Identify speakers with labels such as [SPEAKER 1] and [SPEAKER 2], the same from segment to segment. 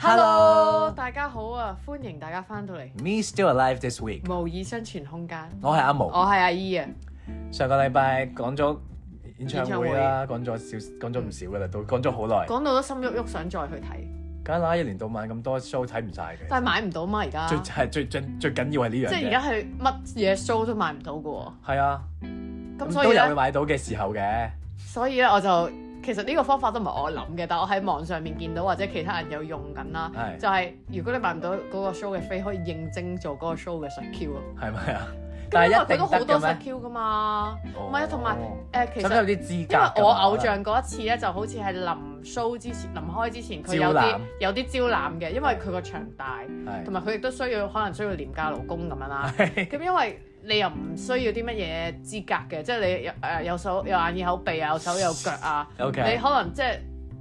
[SPEAKER 1] Hello，大家好啊，歡迎大家翻到嚟
[SPEAKER 2] Me still alive this week。
[SPEAKER 1] 無以生存空間。
[SPEAKER 2] 我係阿毛。
[SPEAKER 1] 我係阿姨啊，
[SPEAKER 2] 上個禮拜講咗演唱會啦，講咗少，講咗唔少噶啦，都講咗好耐。
[SPEAKER 1] 講到都心喐喐，想再去睇，
[SPEAKER 2] 梗啦，一年到晚咁多 show 睇唔晒嘅。
[SPEAKER 1] 但係買唔到嘛而家。
[SPEAKER 2] 最係最最最緊要係呢樣
[SPEAKER 1] 即係
[SPEAKER 2] 嘢。
[SPEAKER 1] 而家係乜嘢 show 都買唔到嘅
[SPEAKER 2] 係啊，
[SPEAKER 1] 喎。咁
[SPEAKER 2] 咁
[SPEAKER 1] 所
[SPEAKER 2] 都
[SPEAKER 1] 以
[SPEAKER 2] 有
[SPEAKER 1] 咧，
[SPEAKER 2] 買到嘅時候嘅。
[SPEAKER 1] 所以咧我就其實呢個方法都唔係我諗嘅，但我喺網上面見到或者其他人有用緊啦。
[SPEAKER 2] 係
[SPEAKER 1] 就係如果你買唔到嗰個 show 嘅飛，可以應徵做嗰個 show 嘅 secure 咯。
[SPEAKER 2] 係咪啊？
[SPEAKER 1] 咁
[SPEAKER 2] 但
[SPEAKER 1] 因為
[SPEAKER 2] 係一
[SPEAKER 1] 佢都好
[SPEAKER 2] 定
[SPEAKER 1] 多
[SPEAKER 2] 得嘅咩？
[SPEAKER 1] secure 噶嘛，
[SPEAKER 2] 哦
[SPEAKER 1] 唔係啊同埋誒其
[SPEAKER 2] 使唔使
[SPEAKER 1] 實
[SPEAKER 2] 有。啲資格啊
[SPEAKER 1] 因為
[SPEAKER 2] 㗎？
[SPEAKER 1] 我偶像嗰一次咧，就好似係臨 show 之前、臨開之前，佢有
[SPEAKER 2] 招
[SPEAKER 1] 啲
[SPEAKER 2] 攬
[SPEAKER 1] 有啲招攬嘅，因為佢個場大，同
[SPEAKER 2] 係
[SPEAKER 1] 埋佢亦都需要可能需要廉價勞工咁樣 啦。咁因為你又唔需要啲乜嘢資格嘅，即係你有誒有手有眼耳口鼻啊，有手有腳啊，
[SPEAKER 2] OK
[SPEAKER 1] 你可能即係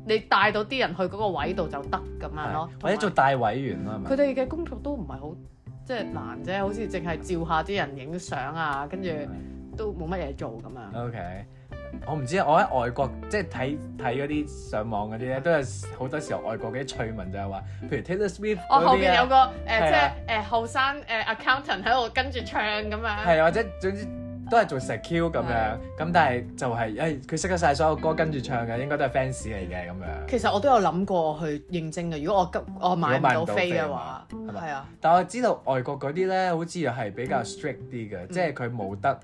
[SPEAKER 1] 你帶到啲人去嗰個位度就得咁樣咯。
[SPEAKER 2] 或者做大委員啦，係咪
[SPEAKER 1] 佢哋嘅工作都唔係好即係難啫，好似淨係照下啲人影相啊，跟住都冇乜嘢做咁樣。
[SPEAKER 2] ？OK，我唔知啊，我喺外國即係睇睇嗰啲上網嗰啲咧，都有好多時候外國嗰啲趣聞就係話，譬如 Taylor Swift
[SPEAKER 1] 我哦後
[SPEAKER 2] 嗰
[SPEAKER 1] 邊有
[SPEAKER 2] 啲啊，
[SPEAKER 1] 個誒、
[SPEAKER 2] 係啊
[SPEAKER 1] 即係誒後生誒 accountant 喺度跟住唱咁樣，
[SPEAKER 2] 係啊或者總之都係做 secure 咁樣，咁但係就係誒佢識得晒所有歌跟住唱嘅，應該都係 fans 嚟嘅咁樣。
[SPEAKER 1] 其實我都有諗過去認證嘅，如果我急我買唔到飛嘅話，
[SPEAKER 2] 如果買唔到飛嘅話係咪
[SPEAKER 1] 係啊，
[SPEAKER 2] 但我知道外國嗰啲咧，好似又係
[SPEAKER 1] 嗯
[SPEAKER 2] 比較 strict 啲嘅，即係佢冇得，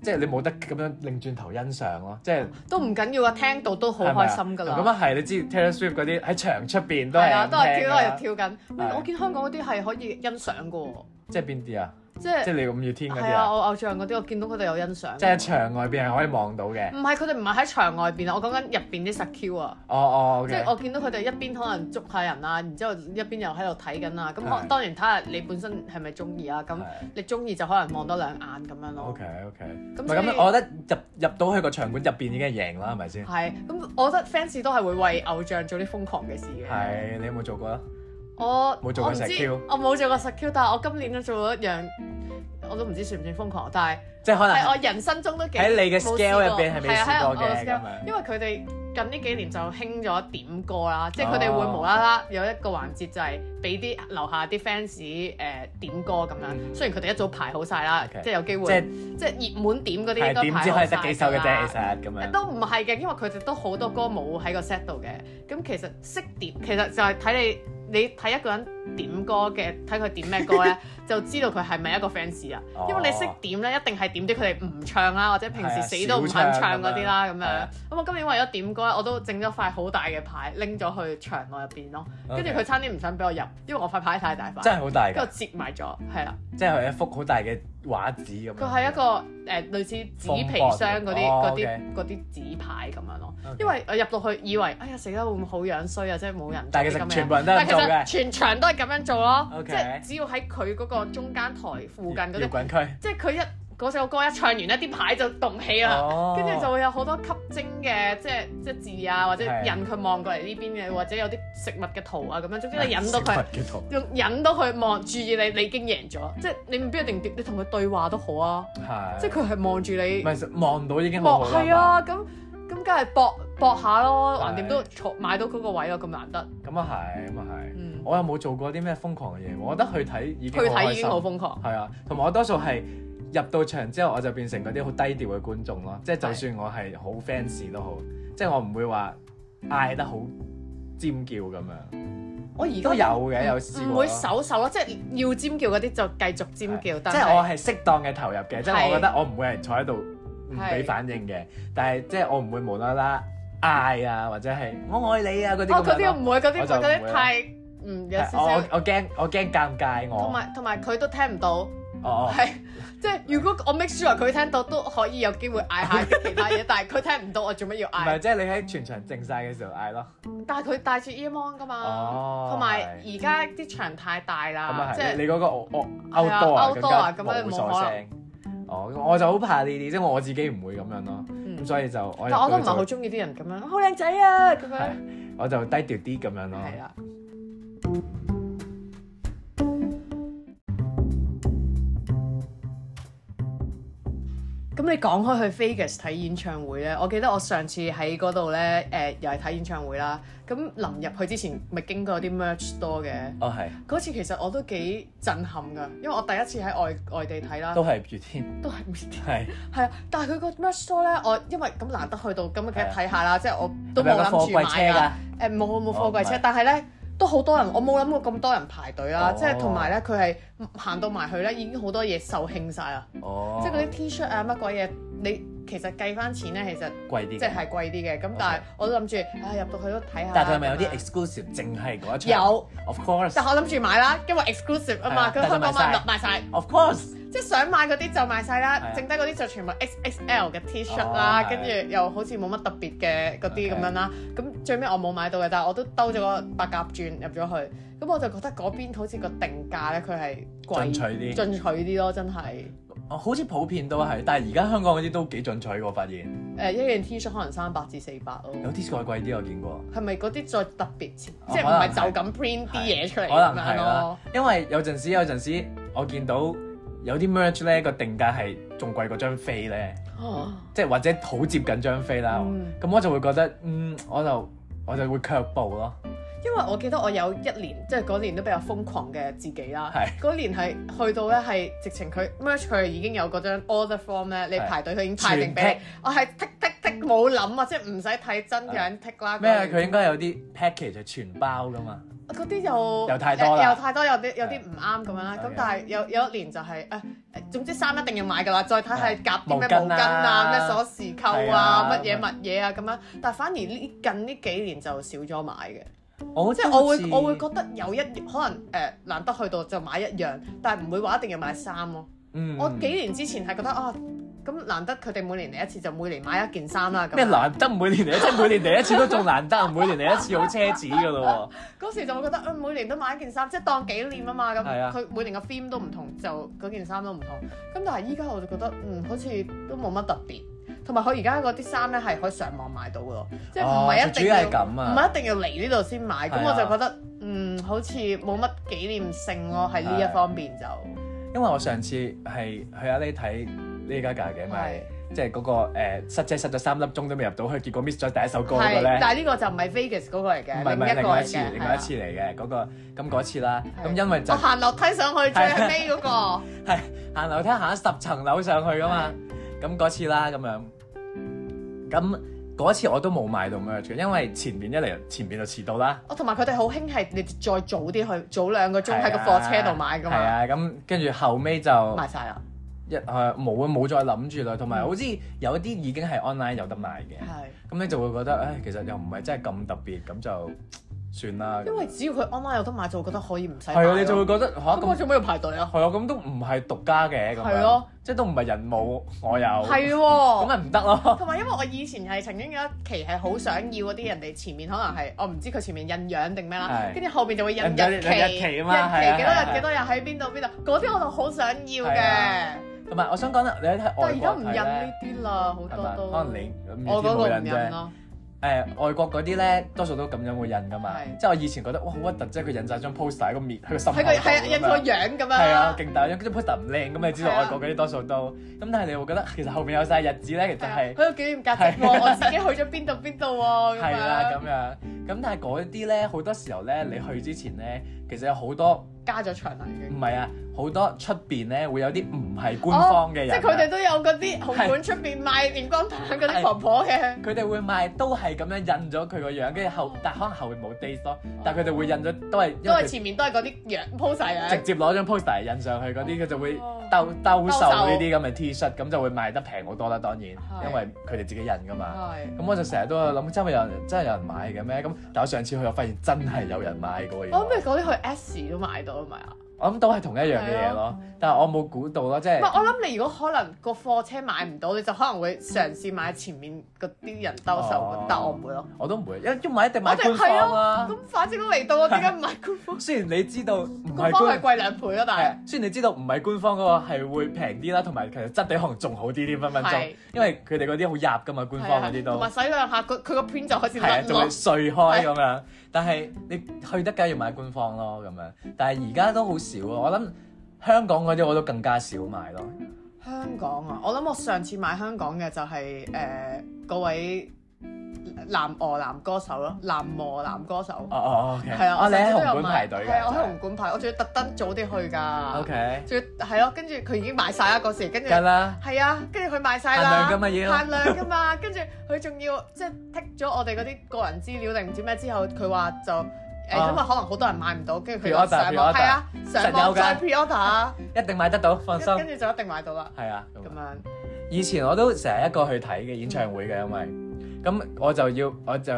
[SPEAKER 2] 即係你冇得咁樣擰轉頭欣賞咯，即係。
[SPEAKER 1] 都唔緊要啊，聽到都好開心㗎
[SPEAKER 2] 係咪啊咁
[SPEAKER 1] 啦。
[SPEAKER 2] 啊係，你知 Taylor Swift 嗰啲喺場出邊都
[SPEAKER 1] 係
[SPEAKER 2] 係
[SPEAKER 1] 啊，都係
[SPEAKER 2] 係
[SPEAKER 1] 跳都係，跳緊。喂
[SPEAKER 2] 係
[SPEAKER 1] 我見香港嗰啲係可以欣賞嘅喎，
[SPEAKER 2] 即係邊啲啊？
[SPEAKER 1] 即
[SPEAKER 2] 即
[SPEAKER 1] 係
[SPEAKER 2] 係你五月天嗰
[SPEAKER 1] 係
[SPEAKER 2] 啲
[SPEAKER 1] 啊，
[SPEAKER 2] 啊？
[SPEAKER 1] 我偶像嗰啲，我見到佢哋有欣賞。
[SPEAKER 2] 即係喺場外邊係可以望到嘅。
[SPEAKER 1] 唔係佢哋唔係喺場外邊啊，我講緊入邊啲 secure 啊。
[SPEAKER 2] 哦哦，OK，
[SPEAKER 1] 即係我見到佢哋一邊可能捉下人啊，然之後一邊又喺度睇緊啊。咁可
[SPEAKER 2] 係
[SPEAKER 1] 當然睇下你本身係咪中意啊。咁
[SPEAKER 2] 係
[SPEAKER 1] 你中意就可能望多兩眼咁樣咯。
[SPEAKER 2] OK OK，唔
[SPEAKER 1] 咁
[SPEAKER 2] 係
[SPEAKER 1] 所以
[SPEAKER 2] 咁，我覺得入入到去個場館入邊已經係贏啦，係咪先？
[SPEAKER 1] 係，咁我覺得 fans 都係會為偶像做啲瘋狂嘅事嘅。
[SPEAKER 2] 係，你有冇做過啊？
[SPEAKER 1] 我
[SPEAKER 2] 冇做過
[SPEAKER 1] 我唔知
[SPEAKER 2] secure
[SPEAKER 1] 我冇做過 secure，但係我今年都做咗一樣，我都唔知算唔算瘋狂，但係
[SPEAKER 2] 即係可能
[SPEAKER 1] 係我人生中都幾
[SPEAKER 2] 啊喺你嘅
[SPEAKER 1] 冇試過
[SPEAKER 2] scale 入邊係未
[SPEAKER 1] 係啊
[SPEAKER 2] 試
[SPEAKER 1] 喺
[SPEAKER 2] 過
[SPEAKER 1] 我
[SPEAKER 2] 嘅
[SPEAKER 1] scale，
[SPEAKER 2] 咁樣
[SPEAKER 1] 因為佢哋近呢幾年就興咗點歌啦，即係佢哋
[SPEAKER 2] 哦
[SPEAKER 1] 會無啦啦有一個環節就係俾啲樓下啲 fans 誒點歌咁樣。雖然佢哋一早排好晒啦
[SPEAKER 2] 嗯 OK，
[SPEAKER 1] 即係有機
[SPEAKER 2] 即係
[SPEAKER 1] 會，即係熱門點嗰啲應
[SPEAKER 2] 係
[SPEAKER 1] 該
[SPEAKER 2] 點
[SPEAKER 1] 排
[SPEAKER 2] 知
[SPEAKER 1] 好
[SPEAKER 2] 可以
[SPEAKER 1] 晒
[SPEAKER 2] 得幾首嘅
[SPEAKER 1] 㗎啦啊
[SPEAKER 2] 啫，其實咁樣。
[SPEAKER 1] 都唔係嘅，因為佢哋都好多歌冇喺個 set 度嘅。咁其實識點，其實就係睇你你睇一個人點歌嘅，睇佢點咩歌 咧，就知道佢係咪一個 fans 啊。因為你識點咧，一定係點啲佢哋唔唱啦，或者平
[SPEAKER 2] 哦係
[SPEAKER 1] 時
[SPEAKER 2] 啊
[SPEAKER 1] 死都唔
[SPEAKER 2] 少
[SPEAKER 1] 肯
[SPEAKER 2] 唱
[SPEAKER 1] 唱嗰啲啦咁
[SPEAKER 2] 咁樣係
[SPEAKER 1] 樣
[SPEAKER 2] 啊。
[SPEAKER 1] 咁我今年為咗點歌，我都整咗塊好大嘅牌拎咗去場內入邊咯。跟住佢
[SPEAKER 2] OK
[SPEAKER 1] 差啲唔想俾我入，因為我塊牌太大塊，
[SPEAKER 2] 真係好大
[SPEAKER 1] 跟住我
[SPEAKER 2] 㗎，
[SPEAKER 1] 折埋咗，係啦。
[SPEAKER 2] 即係一幅好大嘅畫紙咁樣。
[SPEAKER 1] 佢係一個誒、呃、類似紙皮箱嗰啲
[SPEAKER 2] 風波
[SPEAKER 1] 嗰
[SPEAKER 2] 嚟
[SPEAKER 1] 啲嗰啲紙牌咁樣咯
[SPEAKER 2] 哦 OK。
[SPEAKER 1] 因為我入到去以為，哎呀死啦會唔會好樣衰啊，即係冇人做
[SPEAKER 2] 但係其實
[SPEAKER 1] 啲咁嘅
[SPEAKER 2] 全部人都
[SPEAKER 1] 但係
[SPEAKER 2] 係咁
[SPEAKER 1] 其
[SPEAKER 2] 做
[SPEAKER 1] 實
[SPEAKER 2] 嘅
[SPEAKER 1] 全場都係咁樣做咯
[SPEAKER 2] OK
[SPEAKER 1] 即係只要喺佢嗰個中間台附近嗰
[SPEAKER 2] 搖
[SPEAKER 1] 啲，
[SPEAKER 2] 滾區。
[SPEAKER 1] 即係佢一嗰首歌一唱完呢啲牌就動起啦。啊
[SPEAKER 2] 哦
[SPEAKER 1] 跟住就會有好多吸睛嘅，即係即係字啊，或者
[SPEAKER 2] 係
[SPEAKER 1] 引佢望過嚟呢邊嘅，或者有啲食物嘅圖啊咁樣，總之你引到佢。
[SPEAKER 2] 食物嘅圖
[SPEAKER 1] 用引到佢望注意你，你已經贏咗，即係你唔必一定點，你同佢對話都好啊，
[SPEAKER 2] 係。
[SPEAKER 1] 即係佢係望住
[SPEAKER 2] 唔
[SPEAKER 1] 你，
[SPEAKER 2] 係望到已經嗯好
[SPEAKER 1] 搏
[SPEAKER 2] 好啦。
[SPEAKER 1] 係啊，咁咁梗係搏搏下咯，
[SPEAKER 2] 係
[SPEAKER 1] 橫掂都坐買到嗰個位咯，咁難得，
[SPEAKER 2] 咁啊係，咁啊係。
[SPEAKER 1] 嗯，
[SPEAKER 2] 我又冇做過啲咩瘋狂嘅嘢，我覺得去睇已
[SPEAKER 1] 去
[SPEAKER 2] 經
[SPEAKER 1] 睇已經好
[SPEAKER 2] 開心。
[SPEAKER 1] 瘋狂，
[SPEAKER 2] 係啊，同埋我多數係入到場之後，我就變成嗰啲好低調嘅觀眾咯。即係就算我係好 fans 都好，即係我唔會話嗌得好尖叫咁樣。
[SPEAKER 1] 我而家
[SPEAKER 2] 都有嘅，有試過。
[SPEAKER 1] 嗯唔會手手咯，即係要尖叫嗰啲就繼續尖叫，
[SPEAKER 2] 係
[SPEAKER 1] 但
[SPEAKER 2] 即係我
[SPEAKER 1] 係哦
[SPEAKER 2] 係適當嘅投入嘅，即係我覺得我唔會係坐喺度唔俾
[SPEAKER 1] 係
[SPEAKER 2] 反應嘅，但係即係我唔會無啦啦嗌啊，或者係我愛你啊嗰啲
[SPEAKER 1] 哦
[SPEAKER 2] 咁
[SPEAKER 1] 嗰
[SPEAKER 2] 樣
[SPEAKER 1] 啲
[SPEAKER 2] 咯。
[SPEAKER 1] 唔會，嗰啲
[SPEAKER 2] 我就唔
[SPEAKER 1] 嗰
[SPEAKER 2] 會
[SPEAKER 1] 啲
[SPEAKER 2] 啦
[SPEAKER 1] 太嗯有少
[SPEAKER 2] 係我
[SPEAKER 1] 少，
[SPEAKER 2] 我我驚我驚尷尬我。
[SPEAKER 1] 同埋同埋佢都聽唔到。
[SPEAKER 2] 哦哦。
[SPEAKER 1] 係，即係如果我 make sure 佢聽到都可以有機會嗌下啲其他 嘢，但係佢聽唔到，我做乜要
[SPEAKER 2] 唔
[SPEAKER 1] 嗌
[SPEAKER 2] 係，？即係你喺全場靜晒嘅時候嗌咯。
[SPEAKER 1] 但係佢戴住 earphone 噶嘛，
[SPEAKER 2] 哦，
[SPEAKER 1] 同埋而家啲場太大
[SPEAKER 2] 咁
[SPEAKER 1] 啦
[SPEAKER 2] 啊，
[SPEAKER 1] 即
[SPEAKER 2] 係，你
[SPEAKER 1] 係
[SPEAKER 2] 你嗰個我我
[SPEAKER 1] 係啊
[SPEAKER 2] outdoor 啊
[SPEAKER 1] outdoor 啊
[SPEAKER 2] 更
[SPEAKER 1] 咁
[SPEAKER 2] 加
[SPEAKER 1] 樣冇
[SPEAKER 2] 冇
[SPEAKER 1] 可
[SPEAKER 2] 所
[SPEAKER 1] 能
[SPEAKER 2] 聲。哦，咁我就好怕呢啲，即係我自己唔會咁樣咯，咁
[SPEAKER 1] 嗯
[SPEAKER 2] 所以就我入
[SPEAKER 1] 但我都
[SPEAKER 2] 到
[SPEAKER 1] 唔
[SPEAKER 2] 去
[SPEAKER 1] 係好
[SPEAKER 2] 就
[SPEAKER 1] 中意啲人咁樣，好靚仔啊咁樣，
[SPEAKER 2] 係我就低調啲咁樣咯。
[SPEAKER 1] 係啊啦。咁你講開去 Vegas 睇演唱會咧，我記得我上次喺嗰度咧，誒、又係睇演唱會啦。咁臨入去之前，咪經過啲 merch store 嘅。
[SPEAKER 2] 哦係，
[SPEAKER 1] 嗰次其實我都幾震撼㗎，因為我第一次喺外外地睇啦，
[SPEAKER 2] 都係雨天，
[SPEAKER 1] 都係
[SPEAKER 2] 係
[SPEAKER 1] 係啊，但係佢個 merch store 咧，我因為咁難得去到，咁啊梗係睇下啦，即係我都
[SPEAKER 2] 係咪有
[SPEAKER 1] 冇
[SPEAKER 2] 個
[SPEAKER 1] 諗
[SPEAKER 2] 貨
[SPEAKER 1] 住買
[SPEAKER 2] 櫃
[SPEAKER 1] 㗎。
[SPEAKER 2] 車㗎，
[SPEAKER 1] 誒冇冇貨櫃
[SPEAKER 2] 哦唔
[SPEAKER 1] 車
[SPEAKER 2] 係，嗯
[SPEAKER 1] 但係咧都好多人，我冇諗過咁多人排隊啦。
[SPEAKER 2] 哦
[SPEAKER 1] 即係同埋咧，佢係行到埋去咧，已經好多嘢售罄晒啦。
[SPEAKER 2] 哦，
[SPEAKER 1] 即係嗰啲 T-shirt 啊乜鬼嘢，你其實計翻錢咧，其實
[SPEAKER 2] 貴啲
[SPEAKER 1] 即係啊
[SPEAKER 2] 嘅，
[SPEAKER 1] 係貴啲嘅。咁
[SPEAKER 2] OK
[SPEAKER 1] 但係我都諗住啊入到去都睇下。
[SPEAKER 2] 哦但係佢係咪有啲
[SPEAKER 1] 咁
[SPEAKER 2] exclusive 淨係嗰
[SPEAKER 1] 樣
[SPEAKER 2] 一場？
[SPEAKER 1] 有？
[SPEAKER 2] ，of course，
[SPEAKER 1] 但係我諗住買啦，因為 exclusive 啊嘛，
[SPEAKER 2] 係
[SPEAKER 1] 咁
[SPEAKER 2] 啊
[SPEAKER 1] 香港買
[SPEAKER 2] 但係賣
[SPEAKER 1] 賣晒，
[SPEAKER 2] of course，
[SPEAKER 1] 即係想買嗰啲就賣晒
[SPEAKER 2] 係啊
[SPEAKER 1] 啦，剩低嗰啲就全部 XXL 嘅 T-shirt 啦，
[SPEAKER 2] 哦
[SPEAKER 1] 跟住又好似冇乜特別嘅嗰啲
[SPEAKER 2] OK
[SPEAKER 1] 咁樣啦。咁最尾我冇買到嘅，但係我都兜咗個白鴿轉入咗去。咁我就覺得嗰邊好似個定價咧，佢係貴
[SPEAKER 2] 進取啲
[SPEAKER 1] 進取啲咯，真係。
[SPEAKER 2] 哦好似普遍都係，但係而家香港嗰啲都幾進取喎，發現
[SPEAKER 1] 誒一件 T-shirt 可能三百至四百咯。
[SPEAKER 2] 有啲再貴啲我見過。
[SPEAKER 1] 係咪嗰啲再特別設
[SPEAKER 2] 哦
[SPEAKER 1] 即係唔
[SPEAKER 2] 可
[SPEAKER 1] 係
[SPEAKER 2] 能係
[SPEAKER 1] 就咁 print 啲嘢出嚟
[SPEAKER 2] 可
[SPEAKER 1] 咁
[SPEAKER 2] 能
[SPEAKER 1] 樣
[SPEAKER 2] 係啦
[SPEAKER 1] 咯？，
[SPEAKER 2] 因為有陣時有陣時我見到有啲 merch 咧個定價係仲貴過張飛咧，
[SPEAKER 1] 啊
[SPEAKER 2] 即係或者好接近張飛啦。
[SPEAKER 1] 嗯
[SPEAKER 2] 咁、我就會覺得，嗯，我就我就會卻步咯。
[SPEAKER 1] 因為我記得我有一年，即係嗰年都比較瘋狂嘅自己啦。
[SPEAKER 2] 係
[SPEAKER 1] 嗰年係去到咧係直情佢 merch 佢已經有嗰張 order form 咧，你
[SPEAKER 2] 係
[SPEAKER 1] 排隊佢已經派定
[SPEAKER 2] 全
[SPEAKER 1] 俾你。我係剔剔剔冇諗啊，即係唔使睇真樣剔啦。
[SPEAKER 2] 咩啊？
[SPEAKER 1] 嗰
[SPEAKER 2] 佢
[SPEAKER 1] 年
[SPEAKER 2] 應該有啲 package 係全包噶嘛？
[SPEAKER 1] 嗰啲又
[SPEAKER 2] 又太多啦
[SPEAKER 1] 又又太多，有啲有啲唔啱咁樣啦。咁
[SPEAKER 2] Okay
[SPEAKER 1] 但係有有一年就係誒誒，總之衫一定要買㗎啦，再睇下
[SPEAKER 2] 係
[SPEAKER 1] 夾啲咩毛
[SPEAKER 2] 毛巾
[SPEAKER 1] 巾
[SPEAKER 2] 啊
[SPEAKER 1] 啊、咩鎖匙
[SPEAKER 2] 係
[SPEAKER 1] 扣
[SPEAKER 2] 啊
[SPEAKER 1] 啊、乜嘢乜嘢啊咁樣。但係反而呢近呢幾年就少咗買嘅，
[SPEAKER 2] 我
[SPEAKER 1] 即係我會我會覺得有一可能誒難得去到就買一樣，但係唔會話一定要買衫咯。
[SPEAKER 2] 嗯
[SPEAKER 1] 我幾年之前係覺得啊，咁難得佢哋每年嚟一次就每年買一件衫啦。咁
[SPEAKER 2] 咩
[SPEAKER 1] 樣
[SPEAKER 2] 難得每年嚟一次，每年嚟一次都仲難得，每年嚟一次好奢侈噶咯
[SPEAKER 1] 嗰時就會覺得啊，每年都買一件衫，即係當紀念啊嘛。咁
[SPEAKER 2] 係啊
[SPEAKER 1] 佢每年嘅 theme 都唔同，就嗰件衫都唔同。咁但係依家我就覺得，嗯，好似都冇乜特別。同埋佢而家嗰啲衫咧係可以上網買到嘅咯， 即係唔係一定
[SPEAKER 2] 主要
[SPEAKER 1] 要
[SPEAKER 2] 係咁啊
[SPEAKER 1] 唔係一定要嚟呢度先買。咁
[SPEAKER 2] 係啊
[SPEAKER 1] 我就覺得，嗯，好似冇乜紀念性咯，喺呢一方面就
[SPEAKER 2] 喎。因為我上次係去阿 Lay 睇 Lady Gaga 嘅咪
[SPEAKER 1] 係。
[SPEAKER 2] 即係嗰、個誒塞車塞咗三粒鐘都未入到去，結果 miss 咗第一首歌嗰個
[SPEAKER 1] 係
[SPEAKER 2] 咧，。
[SPEAKER 1] 但係呢個就唔係 Vegas 嗰個嚟
[SPEAKER 2] 唔係
[SPEAKER 1] 嘅，
[SPEAKER 2] 唔
[SPEAKER 1] 另
[SPEAKER 2] 係
[SPEAKER 1] 一個
[SPEAKER 2] 另外一
[SPEAKER 1] 嚟
[SPEAKER 2] 次，
[SPEAKER 1] 嘅，
[SPEAKER 2] 另外一次
[SPEAKER 1] 係啊。
[SPEAKER 2] 嚟嘅嗰個咁嗰次啦。
[SPEAKER 1] 係哦
[SPEAKER 2] 咁因為就
[SPEAKER 1] 我行樓梯上去最
[SPEAKER 2] 係
[SPEAKER 1] 尾嗰個，
[SPEAKER 2] 係行樓梯行咗十層樓上去噶嘛，咁嗰次啦咁樣。咁嗰次我都冇買到 merch 嘅，因為前面一嚟前面就遲到啦。
[SPEAKER 1] 哦我同埋佢哋好興係你再早啲去，早兩個鐘
[SPEAKER 2] 係啊
[SPEAKER 1] 喺個貨車度買㗎
[SPEAKER 2] 係
[SPEAKER 1] 嘛，
[SPEAKER 2] 啊，咁跟住後尾就
[SPEAKER 1] 賣晒啦。
[SPEAKER 2] 一誒冇啊冇再諗住啦，同
[SPEAKER 1] 嗯
[SPEAKER 2] 埋好似有啲已經係 online 有得賣嘅，
[SPEAKER 1] 係，
[SPEAKER 2] 咁你就會覺得唉，其實又唔係真係咁特別，咁就算啦。
[SPEAKER 1] 因為只要佢 online 有得買，就會覺得可以唔使買
[SPEAKER 2] 係
[SPEAKER 1] 咯。
[SPEAKER 2] 啊，你就會覺得嚇
[SPEAKER 1] 咁我
[SPEAKER 2] 咁
[SPEAKER 1] 做咩要排隊啊？
[SPEAKER 2] 係啊，咁都唔係獨家嘅咁樣，
[SPEAKER 1] 係咯
[SPEAKER 2] 即係都唔係人冇我有，
[SPEAKER 1] 係
[SPEAKER 2] 咁
[SPEAKER 1] 喎。
[SPEAKER 2] 咪唔得咯。
[SPEAKER 1] 同埋因為我以前係曾經有一期係好想要嗰啲人哋前面可能係我唔知佢前面印樣定咩啦，
[SPEAKER 2] 嗯係
[SPEAKER 1] 跟住後面就會印
[SPEAKER 2] 印咗
[SPEAKER 1] 日期、
[SPEAKER 2] 日期啊嘛係
[SPEAKER 1] 日
[SPEAKER 2] 啊
[SPEAKER 1] 期幾多
[SPEAKER 2] 係啊
[SPEAKER 1] 日幾多日喺邊度邊度，嗰啲我就好想要
[SPEAKER 2] 係
[SPEAKER 1] 嘅。
[SPEAKER 2] 啊同埋我想講啦，你喺
[SPEAKER 1] 但
[SPEAKER 2] 外
[SPEAKER 1] 係而家
[SPEAKER 2] 國
[SPEAKER 1] 唔
[SPEAKER 2] 睇
[SPEAKER 1] 印呢
[SPEAKER 2] 咧，
[SPEAKER 1] 啲啦，好
[SPEAKER 2] 係
[SPEAKER 1] 多
[SPEAKER 2] 嘛？
[SPEAKER 1] 都。
[SPEAKER 2] 可能你五月
[SPEAKER 1] 我
[SPEAKER 2] 天
[SPEAKER 1] 嗰
[SPEAKER 2] 冇
[SPEAKER 1] 個唔
[SPEAKER 2] 印
[SPEAKER 1] 印
[SPEAKER 2] 啫。
[SPEAKER 1] 咯，
[SPEAKER 2] 誒外國嗰啲咧，多數都咁樣會印噶嘛。
[SPEAKER 1] 係
[SPEAKER 2] 即係我以前覺得哇好核突，即係佢印晒張 poster 喺個面喺個心口
[SPEAKER 1] 喺
[SPEAKER 2] 度
[SPEAKER 1] 個係啊印
[SPEAKER 2] 咁樣
[SPEAKER 1] 個樣咁樣
[SPEAKER 2] 係啊
[SPEAKER 1] 啦，。
[SPEAKER 2] 勁大張，跟住 poster 唔靚咁，你知道
[SPEAKER 1] 係啊
[SPEAKER 2] 外國嗰啲多數都咁，但係你會覺得其實後面有晒日子咧，其實
[SPEAKER 1] 係
[SPEAKER 2] 係啊
[SPEAKER 1] 喺個紀念價值喎，我自己去咗邊度邊度喎，咁
[SPEAKER 2] 係啦
[SPEAKER 1] 樣
[SPEAKER 2] 咁樣。咁但係嗰啲咧好多時候咧，你去之前咧，其實有好多
[SPEAKER 1] 加咗場啦已經
[SPEAKER 2] 唔。係啊，好多出邊咧會有啲唔係官方嘅人
[SPEAKER 1] 哦
[SPEAKER 2] 啊、
[SPEAKER 1] 即係佢哋都有嗰啲紅館出邊賣連光棒嗰啲婆婆嘅，
[SPEAKER 2] 佢哋會賣都係咁樣印咗佢個樣，跟住後，但可能後面冇 days 咯，但佢哋會印咗都係因
[SPEAKER 1] 哦都係
[SPEAKER 2] 為佢
[SPEAKER 1] 前面都係嗰啲樣啊 pose 晒
[SPEAKER 2] 直
[SPEAKER 1] 樣，
[SPEAKER 2] 接攞張 poster 印上去嗰啲，佢就會
[SPEAKER 1] 哦
[SPEAKER 2] 兜
[SPEAKER 1] 兜
[SPEAKER 2] 兜售
[SPEAKER 1] 售哦
[SPEAKER 2] 呢啲咁嘅 T 恤，咁就會賣得平好多啦。當然，因為佢哋自己印噶嘛。
[SPEAKER 1] 係。
[SPEAKER 2] 咁我就成日都有諗，真係有人真係有人買嘅咩？咁但我上次去，我發現真係有人買過。原來
[SPEAKER 1] 我諗你嗰啲去 S 都買到係咪啊？
[SPEAKER 2] 我諗都係同一樣嘅嘢
[SPEAKER 1] 係啊
[SPEAKER 2] 咯，但係我冇估到咯，即
[SPEAKER 1] 唔
[SPEAKER 2] 係
[SPEAKER 1] 係，我諗你如果可能個貨車買唔到，你就可能會嘗試買前面嗰啲人兜售嗰
[SPEAKER 2] 哦
[SPEAKER 1] 啲，但我唔會咯。
[SPEAKER 2] 我都唔會，因為因為一定買
[SPEAKER 1] 我
[SPEAKER 2] 官
[SPEAKER 1] 哋
[SPEAKER 2] 方
[SPEAKER 1] 係
[SPEAKER 2] 啦
[SPEAKER 1] 啊，。咁反正都嚟到，我點解唔買官方？
[SPEAKER 2] 雖然你知道唔係
[SPEAKER 1] 官方
[SPEAKER 2] 官
[SPEAKER 1] 係。貴兩倍咯，
[SPEAKER 2] 係
[SPEAKER 1] 但，
[SPEAKER 2] 雖然你知道唔係官方嗰個係會平啲啦，同埋其實質地可能仲好啲啲分分鐘
[SPEAKER 1] 係，
[SPEAKER 2] 因為佢哋嗰啲好入噶嘛，啊官
[SPEAKER 1] 係
[SPEAKER 2] 方嗰
[SPEAKER 1] 係
[SPEAKER 2] 啲
[SPEAKER 1] 啊
[SPEAKER 2] 都
[SPEAKER 1] 同埋洗兩下，佢佢個 print 就開始
[SPEAKER 2] 係啊，
[SPEAKER 1] 甩
[SPEAKER 2] 仲
[SPEAKER 1] 咯
[SPEAKER 2] 會。碎開咁樣。但係你去得梗係要買官方咯咁樣，但係而家都好少啊。我諗香港嗰啲我都更加少買咯，
[SPEAKER 1] 香港啊，我諗我上次買香港嘅就係誒嗰位南俄男歌手咯，南俄男歌手。
[SPEAKER 2] 哦哦，OK，
[SPEAKER 1] 係啊，
[SPEAKER 2] 哦
[SPEAKER 1] 我
[SPEAKER 2] 你喺
[SPEAKER 1] 上次都
[SPEAKER 2] 紅
[SPEAKER 1] 有
[SPEAKER 2] 館
[SPEAKER 1] 買
[SPEAKER 2] 排隊嘅，
[SPEAKER 1] 係啊，我喺紅館排，我仲要特登早啲去㗎。
[SPEAKER 2] OK，
[SPEAKER 1] 仲要係咯，跟住佢已經買晒啦嗰時，跟住
[SPEAKER 2] 梗啦，
[SPEAKER 1] 係啊，跟住佢買晒
[SPEAKER 2] 限
[SPEAKER 1] 啦，
[SPEAKER 2] 量㗎嘛要
[SPEAKER 1] 限量㗎嘛， 跟住佢仲要即係剔咗我哋嗰啲個人資料定唔知咩之後，佢話就誒，
[SPEAKER 2] 啊
[SPEAKER 1] 因為可能好多人買唔到，跟住佢就
[SPEAKER 2] Pre-order，
[SPEAKER 1] 上網
[SPEAKER 2] pre-order
[SPEAKER 1] 係啊，上
[SPEAKER 2] 實有
[SPEAKER 1] 網
[SPEAKER 2] 㗎
[SPEAKER 1] 再 pre-order 啊
[SPEAKER 2] 一定買得到，放
[SPEAKER 1] 跟
[SPEAKER 2] 心。
[SPEAKER 1] 跟住就一定買到啦，
[SPEAKER 2] 係啊，咁
[SPEAKER 1] 咁
[SPEAKER 2] 樣
[SPEAKER 1] 樣。
[SPEAKER 2] 以前我都成日一個去睇嘅演唱會嘅，因為咁我就要我就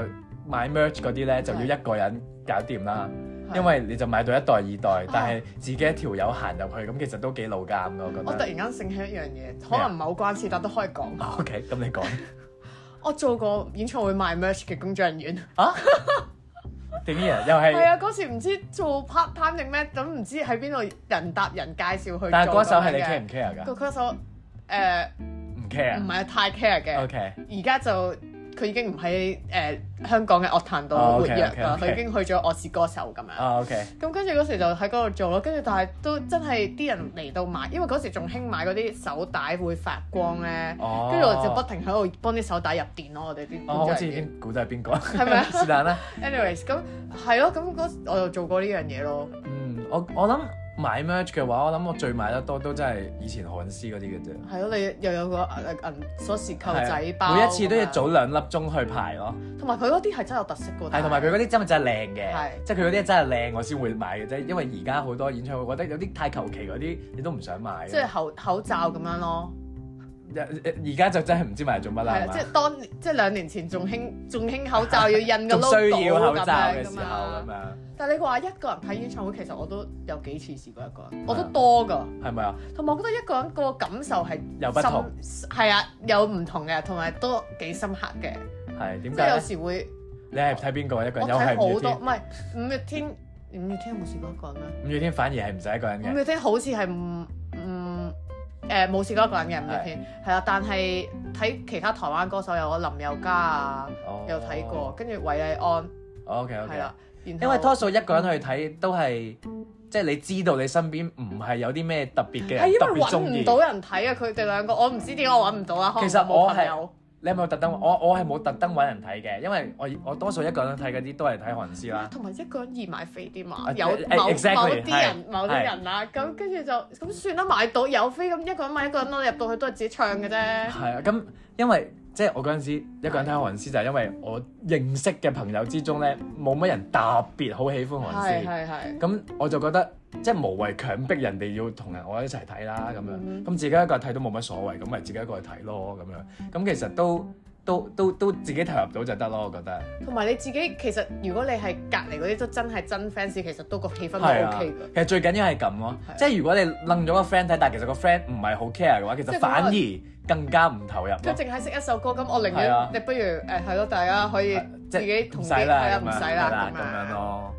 [SPEAKER 2] 買 merch 嗰啲咧，就要一個人搞掂啦。
[SPEAKER 1] 係
[SPEAKER 2] 因為你就買到一袋二袋，但係自己一條友行入去，咁其實都幾老監㗎，我覺
[SPEAKER 1] 我突
[SPEAKER 2] 得。
[SPEAKER 1] 然間醒起一樣
[SPEAKER 2] 啊
[SPEAKER 1] 嘢，可能唔係好關事，但都可以講。
[SPEAKER 2] O K，咁你講
[SPEAKER 1] 我做過演唱會賣 merch 嘅工作人員，
[SPEAKER 2] 點樣又
[SPEAKER 1] 係
[SPEAKER 2] 係，
[SPEAKER 1] 啊，嗰時唔知做 part time 定咩，咁唔知喺邊度人搭人介紹去。
[SPEAKER 2] 但係歌手係
[SPEAKER 1] 係
[SPEAKER 2] 你 care 唔 care 啊㗎？
[SPEAKER 1] 個歌手誒
[SPEAKER 2] 唔
[SPEAKER 1] 唔
[SPEAKER 2] care。
[SPEAKER 1] 係太 care
[SPEAKER 2] O
[SPEAKER 1] 嘅，
[SPEAKER 2] K，
[SPEAKER 1] 而家就佢已經唔喺誒香港嘅樂壇度
[SPEAKER 2] 哦
[SPEAKER 1] 活
[SPEAKER 2] ，OK，
[SPEAKER 1] 躍
[SPEAKER 2] OK，
[SPEAKER 1] 啦，
[SPEAKER 2] OK
[SPEAKER 1] 佢已經去咗我是歌手咁樣。
[SPEAKER 2] 啊 O K，
[SPEAKER 1] 咁跟住嗰時就喺嗰度做咯，跟住但係都真係啲人嚟到買，因為嗰時仲興買嗰啲手帶會發光咧，
[SPEAKER 2] 哦
[SPEAKER 1] 跟住我就不停喺度幫啲手帶入電咯，我哋啲
[SPEAKER 2] 我
[SPEAKER 1] 工作
[SPEAKER 2] 好似
[SPEAKER 1] 人
[SPEAKER 2] 已
[SPEAKER 1] 員。
[SPEAKER 2] 經估到係邊個，係
[SPEAKER 1] 咪啊
[SPEAKER 2] 是但啦。
[SPEAKER 1] anyways，咁係咯，咁嗰時我就做過呢樣嘢咯，
[SPEAKER 2] 嗯，我我諗買 merch 嘅話，我諗我最買得多都真係以前韓師嗰啲嘅啫。
[SPEAKER 1] 係咯，你又有個誒誒銀鎖匙扣仔
[SPEAKER 2] 係啊
[SPEAKER 1] 包，嗯
[SPEAKER 2] 每一次都要，早兩粒鐘去排咯。
[SPEAKER 1] 同埋佢嗰啲係真係有特色㗎，
[SPEAKER 2] 係，同埋佢嗰啲真係真係靚嘅，
[SPEAKER 1] 係
[SPEAKER 2] 即係佢嗰啲真係靚，我先會買嘅啫。因為而家好多演唱會，我覺得有啲太求其嗰啲，你都唔想買。啊
[SPEAKER 1] 即係口口罩咁樣咯。
[SPEAKER 2] 而而家就真係唔知買嚟做乜啦，
[SPEAKER 1] 係
[SPEAKER 2] 係
[SPEAKER 1] 啦，
[SPEAKER 2] 嘛
[SPEAKER 1] 即係當即係兩年前仲 興仲興口罩要印個
[SPEAKER 2] 仲
[SPEAKER 1] logo
[SPEAKER 2] 需要口罩
[SPEAKER 1] 咁樣
[SPEAKER 2] 嘅
[SPEAKER 1] 㗎
[SPEAKER 2] 時
[SPEAKER 1] 嘛
[SPEAKER 2] 候咁樣，
[SPEAKER 1] 但係你話一個人睇演唱會，其實我都有幾次試過一個人，我都多噶。
[SPEAKER 2] 係咪啊？
[SPEAKER 1] 同埋我覺得一個人個感受係
[SPEAKER 2] 有不同
[SPEAKER 1] 深，係啊，有唔同嘅，同埋都幾深刻嘅。
[SPEAKER 2] 係點
[SPEAKER 1] 即係
[SPEAKER 2] 解
[SPEAKER 1] 有
[SPEAKER 2] 咧？
[SPEAKER 1] 時會
[SPEAKER 2] 你係睇邊個一個
[SPEAKER 1] 我
[SPEAKER 2] 人？又
[SPEAKER 1] 睇
[SPEAKER 2] 係五
[SPEAKER 1] 好
[SPEAKER 2] 月
[SPEAKER 1] 多，
[SPEAKER 2] 天
[SPEAKER 1] 唔，係五月天，五月天有冇試過一個人啊咧？
[SPEAKER 2] 五月天反而係唔使一個人
[SPEAKER 1] 五
[SPEAKER 2] 嘅。
[SPEAKER 1] 月天好似係唔唔誒冇試過一個人嘅五月天，係啦。但係睇其他台灣歌手有我林宥嘉啊，
[SPEAKER 2] 哦
[SPEAKER 1] 有睇過，跟住韋禮安。
[SPEAKER 2] OK
[SPEAKER 1] 係
[SPEAKER 2] OK，
[SPEAKER 1] 啦，然
[SPEAKER 2] 因為多
[SPEAKER 1] 後
[SPEAKER 2] 數一個人去睇都係即係你知道你身邊唔係有啲咩特別嘅
[SPEAKER 1] 係
[SPEAKER 2] 人
[SPEAKER 1] 因
[SPEAKER 2] 特
[SPEAKER 1] 為
[SPEAKER 2] 別中
[SPEAKER 1] 揾
[SPEAKER 2] 意
[SPEAKER 1] 唔。到人睇啊，佢哋兩個我唔知點解我揾唔到啦。可能
[SPEAKER 2] 其實
[SPEAKER 1] 冇
[SPEAKER 2] 我
[SPEAKER 1] 朋友，
[SPEAKER 2] 你有冇特登？我我係冇特登揾人睇嘅，因為我我多數一個人睇嗰啲都係睇韓師啦。
[SPEAKER 1] 同埋一個人易買飛啲嘛
[SPEAKER 2] 啊，
[SPEAKER 1] 有某
[SPEAKER 2] exactly，
[SPEAKER 1] 某啲
[SPEAKER 2] 係
[SPEAKER 1] 人某啲人啦，咁跟住就咁算啦，買到有飛咁一個人買一個人啦，入到去都係自己唱嘅啫。
[SPEAKER 2] 係啊，咁因為即係我嗰陣時一個人睇韓師，就係因為我認識嘅朋友之中咧，冇乜人特別好喜歡韓
[SPEAKER 1] 係
[SPEAKER 2] 師，
[SPEAKER 1] 係係，
[SPEAKER 2] 咁我就覺得即係無謂強迫人哋要同人我一齊睇啦咁樣，
[SPEAKER 1] 嗯
[SPEAKER 2] 咁自己一個人睇都冇乜所謂，咁咪自己一個去睇咯咁樣，咁其實都都都都自己投入到就得咯，我覺得
[SPEAKER 1] 同埋你自己其實如果你係隔離嗰啲都真係真 fans，其實都個氣氛都
[SPEAKER 2] 係啊
[SPEAKER 1] OK 嘅。，
[SPEAKER 2] 其實最緊要係咁咯
[SPEAKER 1] 係啊，
[SPEAKER 2] 即係如果你楞咗個 friend 睇，但係其實個 friend 唔係好 care 嘅話，其
[SPEAKER 1] 即係
[SPEAKER 2] 實
[SPEAKER 1] 佢
[SPEAKER 2] 反而更加唔投入咯
[SPEAKER 1] 佢。淨係識一首歌，咁我寧
[SPEAKER 2] 係
[SPEAKER 1] 願
[SPEAKER 2] 啊
[SPEAKER 1] 你不如誒係咯，大家可以自己
[SPEAKER 2] 唔
[SPEAKER 1] 同
[SPEAKER 2] 使
[SPEAKER 1] 啲係
[SPEAKER 2] 啦，
[SPEAKER 1] 啊
[SPEAKER 2] 咁
[SPEAKER 1] 唔
[SPEAKER 2] 樣
[SPEAKER 1] 使
[SPEAKER 2] 係
[SPEAKER 1] 啦
[SPEAKER 2] 咁樣
[SPEAKER 1] 樣。
[SPEAKER 2] 咯。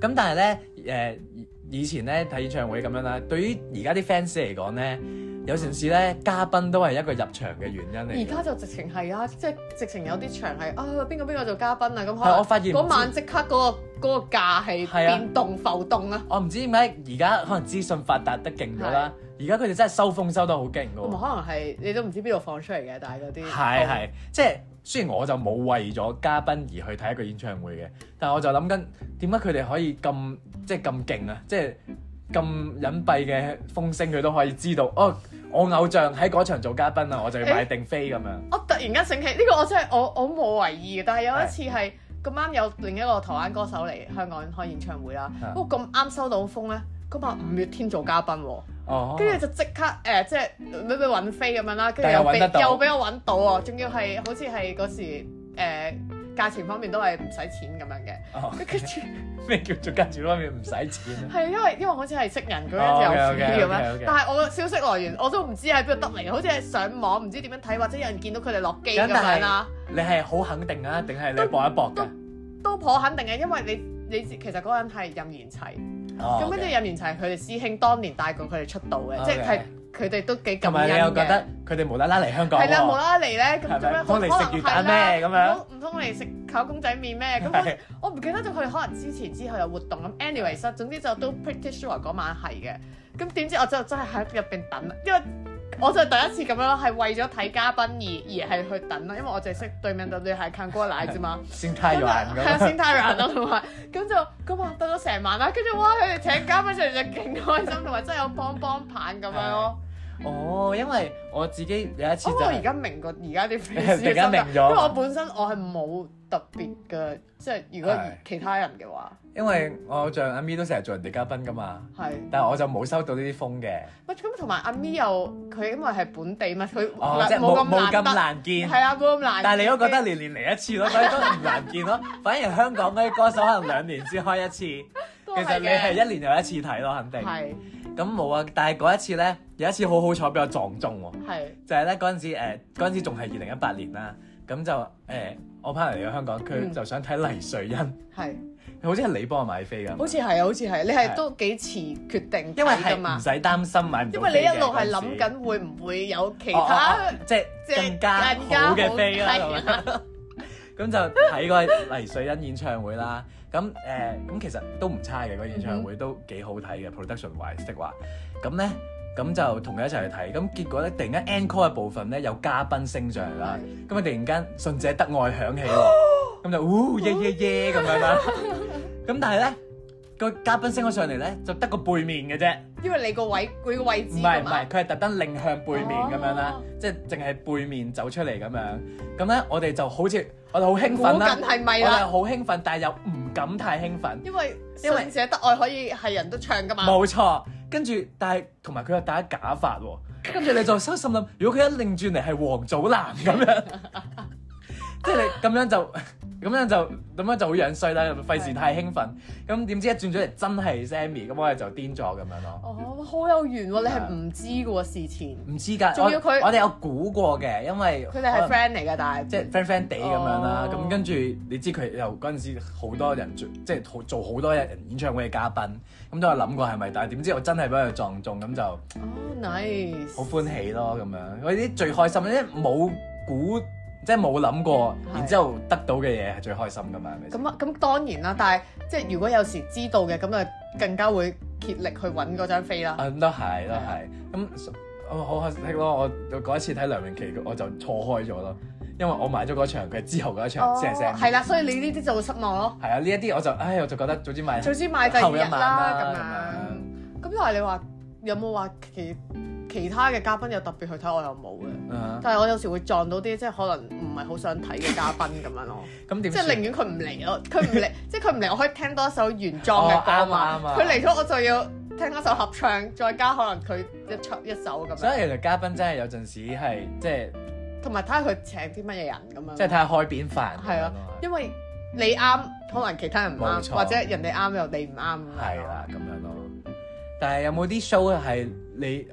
[SPEAKER 2] 咁但係咧，誒以以前咧睇演唱會咁樣啦，對於而家啲 fans 嚟講咧，有陣時咧嘉賓都係一個入場嘅原因嚟
[SPEAKER 1] 而
[SPEAKER 2] 嘅。
[SPEAKER 1] 家就直情係啊，即係直情有啲場係啊，邊個邊個做嘉賓啊咁，可
[SPEAKER 2] 係
[SPEAKER 1] 能
[SPEAKER 2] 我發現唔
[SPEAKER 1] 嗰
[SPEAKER 2] 知
[SPEAKER 1] 晚即刻嗰、個嗰、個價係
[SPEAKER 2] 係啊
[SPEAKER 1] 變動浮動啊，
[SPEAKER 2] 我唔知點解而家可能資訊發達得勁咗啦，而家佢哋真係收風收得好勁㗎
[SPEAKER 1] 同埋
[SPEAKER 2] 喎。
[SPEAKER 1] 啊可能係你都唔知邊度放出嚟嘅，但係嗰啲
[SPEAKER 2] 哦係係，即係雖然我就冇為咗嘉賓而去睇一個演唱會嘅，但係我就諗緊點解佢哋可以咁即係咁勁啊！即係咁隱蔽嘅風聲，佢都可以知道哦。我偶像喺嗰場做嘉賓啊，我就要買定飛咁樣。
[SPEAKER 1] 我突然間醒起呢、個我真係我我冇為意嘅，但係有一次係咁啱有另一個台灣歌手嚟香港開演唱會啦
[SPEAKER 2] 啊，
[SPEAKER 1] 不過咁啱收到風咧，嗰晚五月天做嘉賓喎。
[SPEAKER 2] 嗯哦，
[SPEAKER 1] 跟住就即刻誒、即係呃咩咩揾飛咁樣啦，跟
[SPEAKER 2] 但
[SPEAKER 1] 住
[SPEAKER 2] 又
[SPEAKER 1] 又
[SPEAKER 2] 搵
[SPEAKER 1] 俾
[SPEAKER 2] 得到
[SPEAKER 1] 又俾我揾到喎，仲要係好似係嗰時誒、價錢方面都係唔使錢咁樣 嘅，
[SPEAKER 2] 哦
[SPEAKER 1] 跟住
[SPEAKER 2] 咩叫做跟住方面唔使錢啊？
[SPEAKER 1] 係因為因為好似係識人咁
[SPEAKER 2] 哦
[SPEAKER 1] 樣就有
[SPEAKER 2] OK，OK，OK，OK
[SPEAKER 1] 飛咁樣，但係我嘅消息來源我都唔知喺邊度得嚟，好似係上網唔知點樣睇，或者有人見到佢哋落機咁
[SPEAKER 2] 咁但係
[SPEAKER 1] 樣啦，
[SPEAKER 2] 你係好肯定啊，定係你搏一搏
[SPEAKER 1] 都
[SPEAKER 2] 㗎？
[SPEAKER 1] 都頗肯定嘅，因為你你知其實嗰個人係任賢齊，
[SPEAKER 2] 咁
[SPEAKER 1] 咁跟住任賢齊佢哋師兄當年帶過佢哋出道嘅，即係
[SPEAKER 2] OK
[SPEAKER 1] 佢哋都幾感
[SPEAKER 2] 同埋
[SPEAKER 1] 恩
[SPEAKER 2] 你又覺
[SPEAKER 1] 嘅。
[SPEAKER 2] 得佢哋無啦啦嚟香港
[SPEAKER 1] 係啦，無
[SPEAKER 2] 喎，
[SPEAKER 1] 啦啦嚟咧，咁做咩？
[SPEAKER 2] 係
[SPEAKER 1] 可
[SPEAKER 2] 咪
[SPEAKER 1] 能係啦
[SPEAKER 2] 幫你食魚蛋咩咁樣
[SPEAKER 1] 唔通唔通嚟食烤公仔面咩？咁
[SPEAKER 2] 係
[SPEAKER 1] 我我唔記得咗佢哋可能之前之後有活動咁。anyways 啦總之就都 pretty sure 嗰晚係嘅。咁點知我就真係喺入邊等，因為我就第一次咁樣咯，係為咗睇嘉賓而而係去等啦，因為我就係識對面對對係近哥奶啫嘛。
[SPEAKER 2] 先太難
[SPEAKER 1] 係啊，
[SPEAKER 2] 咁。
[SPEAKER 1] 先太難啦，同埋咁就咁啊，等咗成晚啦，跟住哇，佢哋請嘉賓上嚟就勁開心，同埋真係有幫幫棒咁樣咯。
[SPEAKER 2] 哦，因為我自己有一次
[SPEAKER 1] 哦我
[SPEAKER 2] 就
[SPEAKER 1] 而
[SPEAKER 2] 係
[SPEAKER 1] 家明過而家啲 fans
[SPEAKER 2] 突然間明咗
[SPEAKER 1] 因為我本身我係冇特別嘅，即係如果
[SPEAKER 2] 係
[SPEAKER 1] 其他人嘅話
[SPEAKER 2] 因為我偶像阿咪都成日做人哋嘉賓噶嘛，
[SPEAKER 1] 係。
[SPEAKER 2] 但係我就冇收到呢啲風嘅，
[SPEAKER 1] 喂，咁同埋阿咪又佢因為係本地嘛，佢
[SPEAKER 2] 哦，即係
[SPEAKER 1] 冇
[SPEAKER 2] 冇冇
[SPEAKER 1] 咁
[SPEAKER 2] 咁
[SPEAKER 1] 難
[SPEAKER 2] 難
[SPEAKER 1] 得，
[SPEAKER 2] 見。
[SPEAKER 1] 係啊，冇啊咁難。
[SPEAKER 2] 但係你都覺得年年嚟一次咯，所以都唔難見咯。反而香港嗰啲歌手可能兩年先開一次，其
[SPEAKER 1] 都
[SPEAKER 2] 實
[SPEAKER 1] 係
[SPEAKER 2] 你係
[SPEAKER 1] 嘅，
[SPEAKER 2] 一年有一次睇咯，肯定。
[SPEAKER 1] 係
[SPEAKER 2] 咁冇啊，但係嗰一次咧，有一次好好彩俾我撞中喎。
[SPEAKER 1] 係
[SPEAKER 2] 就係咧嗰陣時，誒嗰陣時仲係二零一八年啦，咁就誒、我 partner 嚟咗香港，佢
[SPEAKER 1] 嗯
[SPEAKER 2] 就想睇黎瑞恩，
[SPEAKER 1] 係，
[SPEAKER 2] 好似係你幫我買飛㗎，
[SPEAKER 1] 好似係啊，好似係，你係
[SPEAKER 2] 係
[SPEAKER 1] 都幾遲決定
[SPEAKER 2] 因為
[SPEAKER 1] 睇㗎
[SPEAKER 2] 係唔
[SPEAKER 1] 嘛，
[SPEAKER 2] 使擔心買唔
[SPEAKER 1] 因
[SPEAKER 2] 到飛
[SPEAKER 1] 為
[SPEAKER 2] 嘅
[SPEAKER 1] 你一路係
[SPEAKER 2] 嗰陣
[SPEAKER 1] 諗
[SPEAKER 2] 時
[SPEAKER 1] 緊會唔會有其
[SPEAKER 2] 哦哦
[SPEAKER 1] 他
[SPEAKER 2] 哦即係
[SPEAKER 1] 即係
[SPEAKER 2] 更加
[SPEAKER 1] 更加
[SPEAKER 2] 好嘅飛啦，
[SPEAKER 1] 好
[SPEAKER 2] 咁樣 咁就睇過黎瑞恩演唱會啦。咁誒咁其實都唔差嘅，個演唱會都幾好睇嘅，production wise 的話。咁咧咁就同佢一齊去睇。咁結果咧，突然間 encore 嘅部分咧有嘉賓升上嚟啦。咁啊，突然間信者得愛響起喎。咁就呜耶耶耶咁樣啦。咁但係咧個嘉賓升咗上嚟咧，就得個背面嘅啫。
[SPEAKER 1] 因為你個位佢個位
[SPEAKER 2] 唔
[SPEAKER 1] 置
[SPEAKER 2] 係
[SPEAKER 1] 㗎
[SPEAKER 2] 唔
[SPEAKER 1] 嘛
[SPEAKER 2] 係，，佢係特登擰向背面咁樣啦
[SPEAKER 1] 哦，
[SPEAKER 2] 即係淨係背面走出嚟咁樣。咁咧，我哋就好似我哋好興
[SPEAKER 1] 估
[SPEAKER 2] 奮啦
[SPEAKER 1] 緊，係咪
[SPEAKER 2] 我
[SPEAKER 1] 啦？嗯
[SPEAKER 2] 哋好興奮，但係又唔敢太興奮。
[SPEAKER 1] 因為
[SPEAKER 2] 因為
[SPEAKER 1] 信者得愛可以係人都唱㗎嘛，
[SPEAKER 2] 冇錯，跟住但係同埋佢又戴咗假髮喎，跟住你就心心諗，如果佢一擰轉嚟係王祖藍 咁樣，即係你咁樣就 咁樣就咁樣就好樣衰啦，費事太興奮。咁點知一轉咗嚟真係 Sammy，咁我哋就癲咗咁樣咯。
[SPEAKER 1] 哦，好有緣喎，你
[SPEAKER 2] 啊
[SPEAKER 1] 係唔知㗎喎事前，
[SPEAKER 2] 唔知㗎，
[SPEAKER 1] 仲要佢
[SPEAKER 2] 我我哋有估過嘅，因為
[SPEAKER 1] 佢哋
[SPEAKER 2] 可能
[SPEAKER 1] 係 friend 嚟㗎，但係
[SPEAKER 2] 哦即係 friend friend 地咁樣啦，
[SPEAKER 1] 哦嗯
[SPEAKER 2] 咁跟住你知佢又嗰陣時好多人做，即係做做好多人演唱會嘅嘉賓，咁都有諗過係咪？但係點知我真係俾佢撞中，咁就好
[SPEAKER 1] 哦 nice，
[SPEAKER 2] 歡喜咯咁樣。我啲最開心，因為冇估，即係冇諗過，
[SPEAKER 1] 嗯係
[SPEAKER 2] 然之後得到嘅嘢係最開心噶嘛，係咪先？
[SPEAKER 1] 咁啊，咁當然啦，但係即係如果有時知道嘅，咁啊更加會竭力去揾嗰張飛啦。
[SPEAKER 2] 啊，都係都係，咁我好可惜咯。我我嗰一次睇梁詠琪，我就錯開咗咯，因為我買咗嗰場，佢係之後嗰一場先係 Sam。
[SPEAKER 1] 哦係啦，所以你呢啲就會失望咯。
[SPEAKER 2] 係啊，呢一啲我就，唉，我就覺得早知買
[SPEAKER 1] 早知買第二
[SPEAKER 2] 後
[SPEAKER 1] 日
[SPEAKER 2] 一晚
[SPEAKER 1] 啦，
[SPEAKER 2] 啦
[SPEAKER 1] 咁樣。咁但係你話有冇話其其他嘅嘉賓有特別去睇，我又冇嘅。
[SPEAKER 2] 嗯
[SPEAKER 1] 但係我有時會撞到啲即係可能唔係好想睇嘅嘉賓咁樣咯，
[SPEAKER 2] 咁 點
[SPEAKER 1] 即係
[SPEAKER 2] 算？
[SPEAKER 1] 寧願佢唔嚟咯，佢唔 嚟，即係佢唔嚟，我可以聽多一首原裝嘅
[SPEAKER 2] 哦
[SPEAKER 1] 歌
[SPEAKER 2] 啱啊
[SPEAKER 1] 嘛
[SPEAKER 2] 啱啊。
[SPEAKER 1] 佢嚟咗我就要聽多首合唱，再加可能佢一出一首咁
[SPEAKER 2] 所以
[SPEAKER 1] 樣，
[SPEAKER 2] 原來嘉賓真係有陣時係即係
[SPEAKER 1] 同埋睇下佢請啲乜嘢人咁樣。
[SPEAKER 2] 即係睇下開邊飯
[SPEAKER 1] 係啊，因為你啱，可能其他人唔
[SPEAKER 2] 冇
[SPEAKER 1] 啱，
[SPEAKER 2] 錯
[SPEAKER 1] 或者人哋啱又你唔啱咁樣
[SPEAKER 2] 係啦，咁樣咯。但係有冇啲 show 係你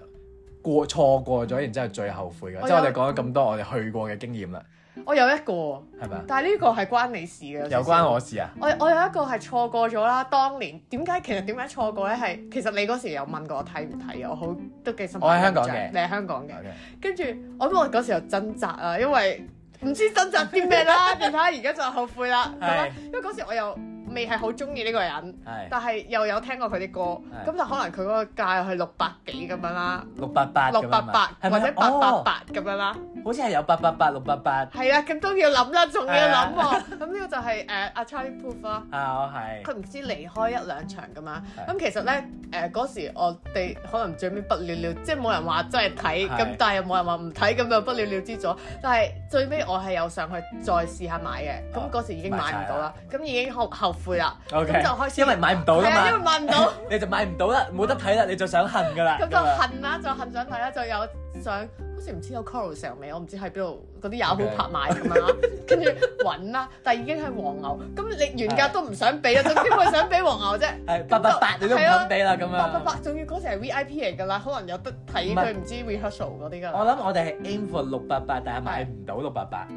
[SPEAKER 2] 過錯過咗，然之後最後悔嘅？
[SPEAKER 1] 我
[SPEAKER 2] 即係我
[SPEAKER 1] 有
[SPEAKER 2] 哋講咗咁多我哋去過嘅經驗啦，
[SPEAKER 1] 我有一個，
[SPEAKER 2] 係咪啊？
[SPEAKER 1] 但係呢個係關你事嘅。
[SPEAKER 2] 有關我事啊？
[SPEAKER 1] 我我有一個係錯過咗啦，當年點解其實點解錯過咧？係其實你嗰時有問過我睇唔睇嘅，我好都幾深刻
[SPEAKER 2] 我喺香港
[SPEAKER 1] 印象
[SPEAKER 2] 嘅
[SPEAKER 1] 你喺香港嘅。
[SPEAKER 2] OK
[SPEAKER 1] 跟住我因為我嗰時又掙扎啊，因為唔知掙扎啲咩 啦，你睇下而家就後悔啦，咁啦
[SPEAKER 2] 係
[SPEAKER 1] 因為嗰時我又未係好中意呢個人。
[SPEAKER 2] 係
[SPEAKER 1] 但係又有聽過佢啲歌，
[SPEAKER 2] 係
[SPEAKER 1] 咁就可能佢嗰個價係六百幾咁樣啦，
[SPEAKER 2] 六八八
[SPEAKER 1] 六
[SPEAKER 2] 咁
[SPEAKER 1] 百
[SPEAKER 2] 樣嘛
[SPEAKER 1] 八
[SPEAKER 2] 係
[SPEAKER 1] 或
[SPEAKER 2] 咪
[SPEAKER 1] 者八百，八咁樣啦，
[SPEAKER 2] 哦好似係有八八八六八八
[SPEAKER 1] 係啦，咁都要諗啦，仲要
[SPEAKER 2] 係啊
[SPEAKER 1] 諗喎，咁呢個就係誒阿 Charlie Puth 啦。
[SPEAKER 2] 啊，係
[SPEAKER 1] 佢唔知離開一兩場噶嘛，
[SPEAKER 2] 係
[SPEAKER 1] 咁其實咧誒嗰時我哋可能最尾不了了，即係冇人話真係睇，
[SPEAKER 2] 係
[SPEAKER 1] 咁但係又冇人話唔睇，咁就不了了之咗。但係最尾我係有上去再試下買嘅，
[SPEAKER 2] 哦
[SPEAKER 1] 咁嗰時已經買唔到啦，
[SPEAKER 2] 買
[SPEAKER 1] 咁已經後後悔啦，咁
[SPEAKER 2] OK，
[SPEAKER 1] 就開始
[SPEAKER 2] 因為買唔到
[SPEAKER 1] 係
[SPEAKER 2] 啦
[SPEAKER 1] 啊，因為
[SPEAKER 2] 嘛，
[SPEAKER 1] 買唔到。
[SPEAKER 2] 你就買唔到啦，冇得睇啦，你就想恨㗎啦，
[SPEAKER 1] 咁就
[SPEAKER 2] 樣
[SPEAKER 1] 恨啦，就恨想睇啦，就有想好似唔知有 Carousel 未，我唔知喺邊度嗰啲
[SPEAKER 2] Okay
[SPEAKER 1] Yahoo 拍賣咁樣 啦，跟住揾啦，但已經係黃牛，咁你原價都唔想俾啦，咁點會想俾黃牛啫？
[SPEAKER 2] 係八八八你都唔肯俾啦咁
[SPEAKER 1] 八八
[SPEAKER 2] 樣。
[SPEAKER 1] 八，仲要嗰時係 VIP 嚟㗎啦，可能有得睇
[SPEAKER 2] 唔係
[SPEAKER 1] 佢唔知 rehearsal 嗰啲㗎
[SPEAKER 2] 我
[SPEAKER 1] 啦。
[SPEAKER 2] 諗我哋係 aim for 六八八，但係買唔到六八八，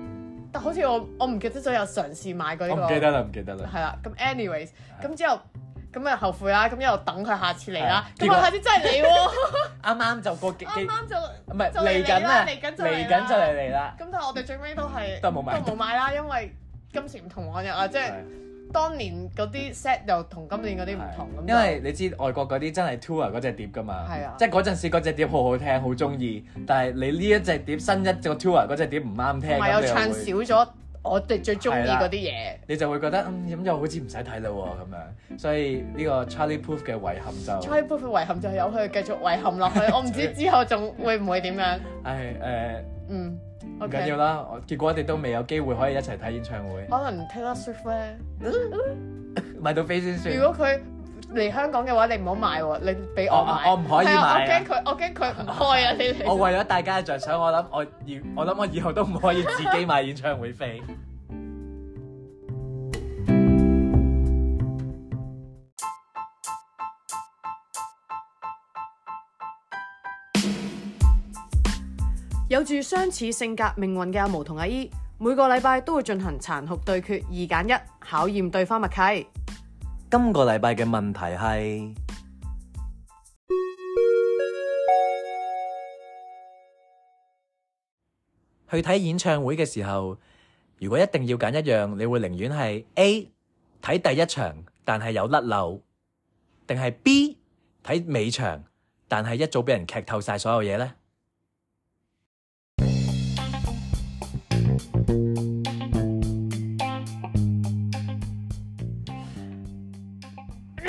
[SPEAKER 1] 但好似我我唔記得咗有嘗試買過呢
[SPEAKER 2] 我
[SPEAKER 1] 個，
[SPEAKER 2] 唔記得啦，唔記得啦。
[SPEAKER 1] 係啦。咁 anyways，咁之後咁啊又後悔啦，咁又等佢下次嚟啦，
[SPEAKER 2] 係
[SPEAKER 1] 咁
[SPEAKER 2] 結果
[SPEAKER 1] 佢下次真係嚟喎，
[SPEAKER 2] 啱啱就過幾
[SPEAKER 1] 啱
[SPEAKER 2] 幾，
[SPEAKER 1] 啱就。
[SPEAKER 2] 唔係
[SPEAKER 1] 就嚟
[SPEAKER 2] 嚟緊
[SPEAKER 1] 啦
[SPEAKER 2] 啦，
[SPEAKER 1] 嚟緊就嚟啦
[SPEAKER 2] 嚟緊就嚟嚟啦，
[SPEAKER 1] 咁但係我哋最尾都係
[SPEAKER 2] 都冇買
[SPEAKER 1] 都冇買啦，因為今時唔同往日啊，即係
[SPEAKER 2] 係
[SPEAKER 3] 當年嗰啲 set 又同今年嗰啲唔同咁就。
[SPEAKER 2] 因為你知外國嗰啲真係 tour 嗰只碟噶嘛，
[SPEAKER 3] 係啊
[SPEAKER 2] 即係嗰陣時嗰只碟好好聽，好中意，但係你呢一隻碟新一個 tour 嗰只碟唔啱聽，
[SPEAKER 3] 同埋
[SPEAKER 2] 咁
[SPEAKER 3] 又
[SPEAKER 2] 你
[SPEAKER 3] 唱
[SPEAKER 2] 又
[SPEAKER 3] 少
[SPEAKER 2] 會
[SPEAKER 3] 咗我哋最中意
[SPEAKER 2] 係啦
[SPEAKER 3] 嗰啲嘢。
[SPEAKER 2] 你就會覺得嗯咁又好似唔使睇啦喎咁樣，所以呢個 Charlie Puth 嘅遺憾就
[SPEAKER 3] Charlie Puth 嘅遺憾就係有佢繼續遺憾 落去，我唔知之後仲會唔會點樣。
[SPEAKER 2] 唉誒
[SPEAKER 3] 嗯
[SPEAKER 2] 唔緊要
[SPEAKER 3] ，OK。
[SPEAKER 2] 啦，我結果我哋都未有機會可以一齊睇演唱會，
[SPEAKER 3] 可能 Taylor Swift 咧，
[SPEAKER 2] 買到飛先
[SPEAKER 3] 如
[SPEAKER 2] 算。
[SPEAKER 3] 果佢嚟香港嘅話，你唔好買喎，你俾我
[SPEAKER 2] 我我
[SPEAKER 3] 買。
[SPEAKER 2] 我唔可以
[SPEAKER 3] 係啊
[SPEAKER 2] 買啊 Oh,
[SPEAKER 3] 我驚佢，我驚佢唔開啊！你
[SPEAKER 2] 我
[SPEAKER 3] 哋
[SPEAKER 2] 為咗大家嘅着想，我諗我以我諗我以後都唔可以自己買演唱會飛。
[SPEAKER 3] 有住相似性格命運嘅阿毛同阿 E，每個禮拜都會進行殘酷對決，二揀一，考驗對方默契。
[SPEAKER 2] 今個禮拜嘅問題係。去睇演唱會嘅時候，如果一定要揀一樣，你會寧願係 A 睇第一場，但係有甩漏，定係 B 睇尾場，但係一早俾人劇透晒所有嘢呢？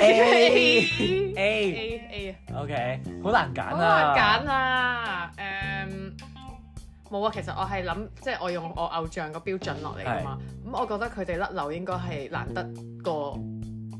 [SPEAKER 2] A A
[SPEAKER 3] A A 啊！
[SPEAKER 2] OK，好難揀啊！
[SPEAKER 3] 好難揀啊！誒，冇啊，其實我係諗，即係我用我偶像個標準落嚟噶嘛。咁我覺得佢哋甩流應該係難得過
[SPEAKER 2] 哦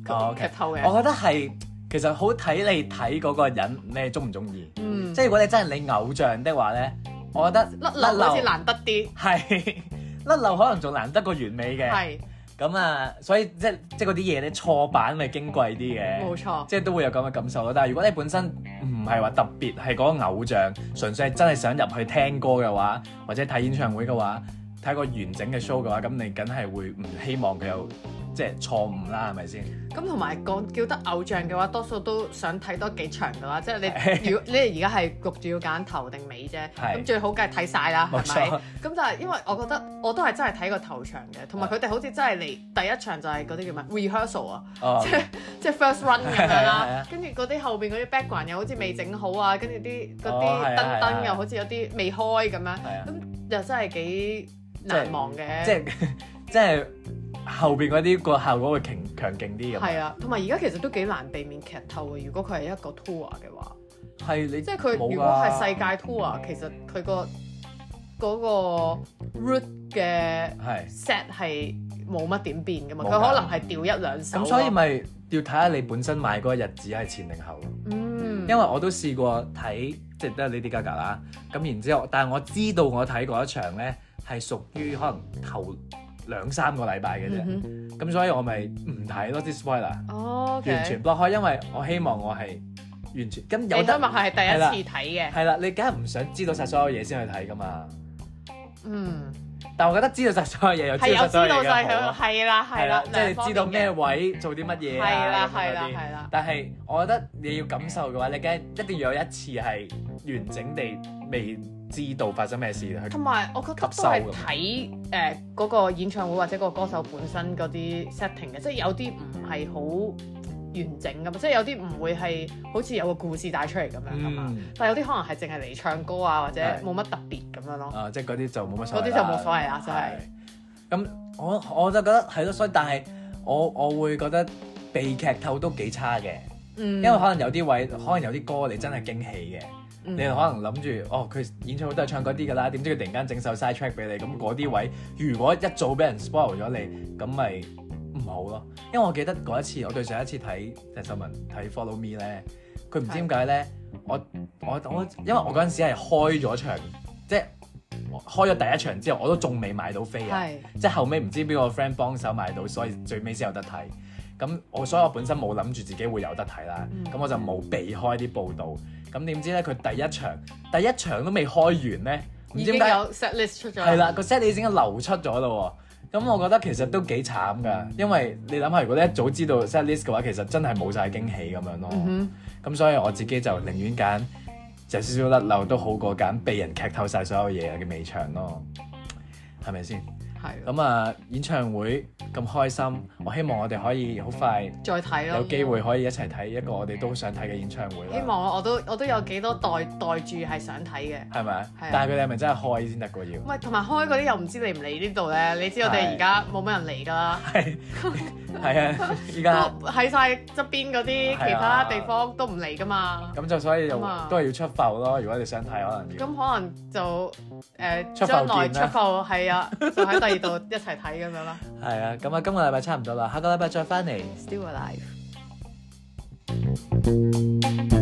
[SPEAKER 3] 佢
[SPEAKER 2] ，OK
[SPEAKER 3] 劇透嘅。
[SPEAKER 2] 我覺得係其實好睇你睇嗰個人，你係中唔中意？
[SPEAKER 3] 嗯，
[SPEAKER 2] 即係如果你真係你偶像的話咧，我覺得
[SPEAKER 3] 甩流好似難得啲，
[SPEAKER 2] 係 甩漏可能仲難得過完美嘅。
[SPEAKER 3] 係
[SPEAKER 2] 咁啊，所以即係即係嗰啲嘢咧，錯版咪矜貴啲嘅。
[SPEAKER 3] 冇錯。
[SPEAKER 2] 即係都會有咁嘅感受咯，但係如果你本身唔係話特別係嗰個偶像，純粹係真係想入去聽歌嘅話，或者睇演唱會嘅話，睇個完整嘅 show 嘅話，咁你梗係會唔希望佢有即係錯誤啦，係咪先？
[SPEAKER 3] 咁同埋講叫得偶像嘅話，多數都想睇多幾場噶啦。即係你如果你而家係焗住要揀頭定尾啫，
[SPEAKER 2] 係
[SPEAKER 3] 咁最好梗係睇晒啦，
[SPEAKER 2] 冇
[SPEAKER 3] 係咪？
[SPEAKER 2] 錯，
[SPEAKER 3] 咁但係因為我覺得我都係真係睇過頭場嘅，同
[SPEAKER 2] 啊
[SPEAKER 3] 埋佢哋好似真係嚟第一場就係嗰啲叫咩 rehearsal 啊。
[SPEAKER 2] 哦
[SPEAKER 3] 即係即係 first run 咁樣
[SPEAKER 2] 係
[SPEAKER 3] 啦
[SPEAKER 2] 啊，
[SPEAKER 3] 跟住嗰啲後邊嗰啲 background 又好似未整好啊，跟住啲嗰
[SPEAKER 2] 哦係啊
[SPEAKER 3] 啲
[SPEAKER 2] 係
[SPEAKER 3] 燈
[SPEAKER 2] 啊
[SPEAKER 3] 燈又好似有啲未開咁樣，
[SPEAKER 2] 係啊
[SPEAKER 3] 咁又真係幾難忘嘅。
[SPEAKER 2] 即係 即係後邊嗰啲個效果會強強勁啲咁。
[SPEAKER 3] 係啊，同埋而家其實都幾難避免劇透啊嘅。如果佢係一個 tour 嘅話，
[SPEAKER 2] 係你
[SPEAKER 3] 即係
[SPEAKER 2] 冇
[SPEAKER 3] 佢
[SPEAKER 2] 㗎啊
[SPEAKER 3] 如果係世界 tour，其實佢個嗰個 root 嘅
[SPEAKER 2] 係
[SPEAKER 3] set 係冇乜點變噶嘛，
[SPEAKER 2] 冇
[SPEAKER 3] 佢
[SPEAKER 2] 㗎
[SPEAKER 3] 可能係掉一兩啊首
[SPEAKER 2] 咁，
[SPEAKER 3] 咯。
[SPEAKER 2] 所以咪要睇下你本身買嗰個日子係前定後咯。
[SPEAKER 3] 嗯，
[SPEAKER 2] 因為我都試過睇，即係都係 Lady Gaga 啦。咁然之後，但係我知道我睇嗰一場咧係屬於可能頭兩三個禮拜嘅啫。
[SPEAKER 3] 嗯哼
[SPEAKER 2] 咁、所以我咪唔睇咯啲 spoiler，
[SPEAKER 3] 哦，OK，
[SPEAKER 2] 完全 block 開，因為我希望我係完全咁有
[SPEAKER 3] 你都
[SPEAKER 2] 得
[SPEAKER 3] 默係
[SPEAKER 2] 係啦
[SPEAKER 3] 第一次睇嘅。
[SPEAKER 2] 係啦，你梗係唔想知道晒所有嘢先去睇噶嘛。
[SPEAKER 3] 嗯，
[SPEAKER 2] 但我覺得知道晒所有嘢又
[SPEAKER 3] 係
[SPEAKER 2] 知
[SPEAKER 3] 有
[SPEAKER 2] 道晒
[SPEAKER 3] 知
[SPEAKER 2] 所有
[SPEAKER 3] 道
[SPEAKER 2] 嘢
[SPEAKER 3] 晒
[SPEAKER 2] 嘅好
[SPEAKER 3] 佢，
[SPEAKER 2] 咯
[SPEAKER 3] 係啦係啦，
[SPEAKER 2] 即係
[SPEAKER 3] 兩方
[SPEAKER 2] 你知
[SPEAKER 3] 面
[SPEAKER 2] 道咩
[SPEAKER 3] 嘅
[SPEAKER 2] 位做啲乜嘢
[SPEAKER 3] 係
[SPEAKER 2] 啊
[SPEAKER 3] 啦
[SPEAKER 2] 咁樣
[SPEAKER 3] 係
[SPEAKER 2] 嗰
[SPEAKER 3] 啦
[SPEAKER 2] 啲
[SPEAKER 3] 係啦，
[SPEAKER 2] 但係我覺得你要感受嘅話，你梗係一定要有一次係完整地未知道發生咩事去。
[SPEAKER 3] 同埋我覺得都
[SPEAKER 2] 吸收
[SPEAKER 3] 係
[SPEAKER 2] 咁
[SPEAKER 3] 睇誒嗰個演唱會或者嗰個歌手本身嗰啲 setting 嘅，即係有啲唔係好完整噶嘛，即係有啲唔會係好似有個故事帶出嚟咁樣噶嘛，
[SPEAKER 2] 嗯，
[SPEAKER 3] 但係有啲可能係淨係嚟唱歌啊或者
[SPEAKER 2] 係
[SPEAKER 3] 冇乜特別咁樣咯，
[SPEAKER 2] 啊，即係嗰啲就冇乜所謂
[SPEAKER 3] 嗰
[SPEAKER 2] 啦。
[SPEAKER 3] 啲就冇所謂啦，真係。
[SPEAKER 2] 咁我我就覺得係咯，所以但係我我會覺得被劇透都幾差嘅，因
[SPEAKER 3] 嗯，
[SPEAKER 2] 為可能有啲位，可能有啲歌你真係驚喜嘅。
[SPEAKER 3] 嗯
[SPEAKER 2] 你可能諗住哦，佢演唱會都係唱嗰啲㗎啦，點知佢突然間整首 side track 俾你，咁嗰啲位如果一早俾人 spoil 咗你，咁咪唔好咯。因為我記得嗰一次，我對上一次睇鄭秀文睇 Follow Me 咧，佢唔知點解咧，我我我因為我嗰陣時係開咗場，即係我開咗第一場之後，我都仲未買到飛啊。
[SPEAKER 3] 係
[SPEAKER 2] 即係後尾唔知邊個 friend 幫手買到，所以最尾先有得睇。咁我所以我本身冇諗住自己會有得睇啦，
[SPEAKER 3] 嗯
[SPEAKER 2] 咁、我就冇避開啲報道。咁點知咧佢第一場第一場都未開完咧，唔
[SPEAKER 3] 已
[SPEAKER 2] 知
[SPEAKER 3] 經
[SPEAKER 2] 點解
[SPEAKER 3] 有 set list 出咗
[SPEAKER 2] 係，啦個 set 已經流出咗咯喎。咁我覺得其實都幾慘
[SPEAKER 3] 嗯
[SPEAKER 2] 㗎，因為你諗下，如果你一早知道 set list 嘅話，其實真係冇晒驚喜咁樣咯。
[SPEAKER 3] 嗯
[SPEAKER 2] 咁、
[SPEAKER 3] 哼
[SPEAKER 2] 所以我自己就寧願揀有少少甩漏都好過揀被人劇透晒所有嘢嘅尾場咯，係咪先？
[SPEAKER 3] 係咯
[SPEAKER 2] 咁啊，演唱會咁開心，我希望我哋可以好快
[SPEAKER 3] 再睇咯。
[SPEAKER 2] 有機會可以一齊睇一個我哋都好想睇嘅演唱會
[SPEAKER 3] 希
[SPEAKER 2] 啦，
[SPEAKER 3] 望我都我都有幾多代代住係想睇嘅。
[SPEAKER 2] 係咪啊
[SPEAKER 3] 係啊？
[SPEAKER 2] 但係佢哋係咪真係開先得㗎要
[SPEAKER 3] 唔？係，同埋開嗰啲又唔知嚟唔嚟呢度咧？你知我哋而家冇乜人嚟㗎啦，
[SPEAKER 2] 係 係啊，依
[SPEAKER 3] 都
[SPEAKER 2] 家
[SPEAKER 3] 喺晒側邊嗰
[SPEAKER 2] 係啊
[SPEAKER 3] 啲其他地方都唔嚟㗎嘛。
[SPEAKER 2] 咁就所以就
[SPEAKER 3] 咁啊
[SPEAKER 2] 都係要出埠咯。如果你想睇，可能要
[SPEAKER 3] 咁可能就誒
[SPEAKER 2] 出埠
[SPEAKER 3] 將來
[SPEAKER 2] 見
[SPEAKER 3] 出
[SPEAKER 2] 啦
[SPEAKER 3] 埠係啊，就喺第二度一齊睇咁樣啦。
[SPEAKER 2] 係啊。咁啊，今個禮拜差唔多啦，下個禮拜再翻嚟。
[SPEAKER 3] Still alive。